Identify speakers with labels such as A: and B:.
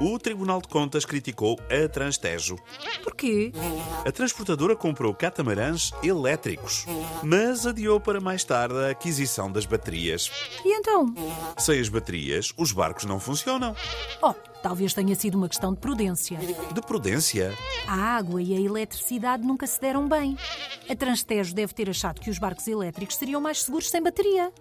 A: O Tribunal de Contas criticou a Transtejo.
B: Porquê?
A: A transportadora comprou catamarãs elétricos, mas adiou para mais tarde a aquisição das baterias.
B: E então?
A: Sem as baterias, os barcos não funcionam.
B: Oh, talvez tenha sido uma questão de prudência.
A: De prudência.
B: A água e a eletricidade nunca se deram bem. A Transtejo deve ter achado que os barcos elétricos seriam mais seguros sem bateria.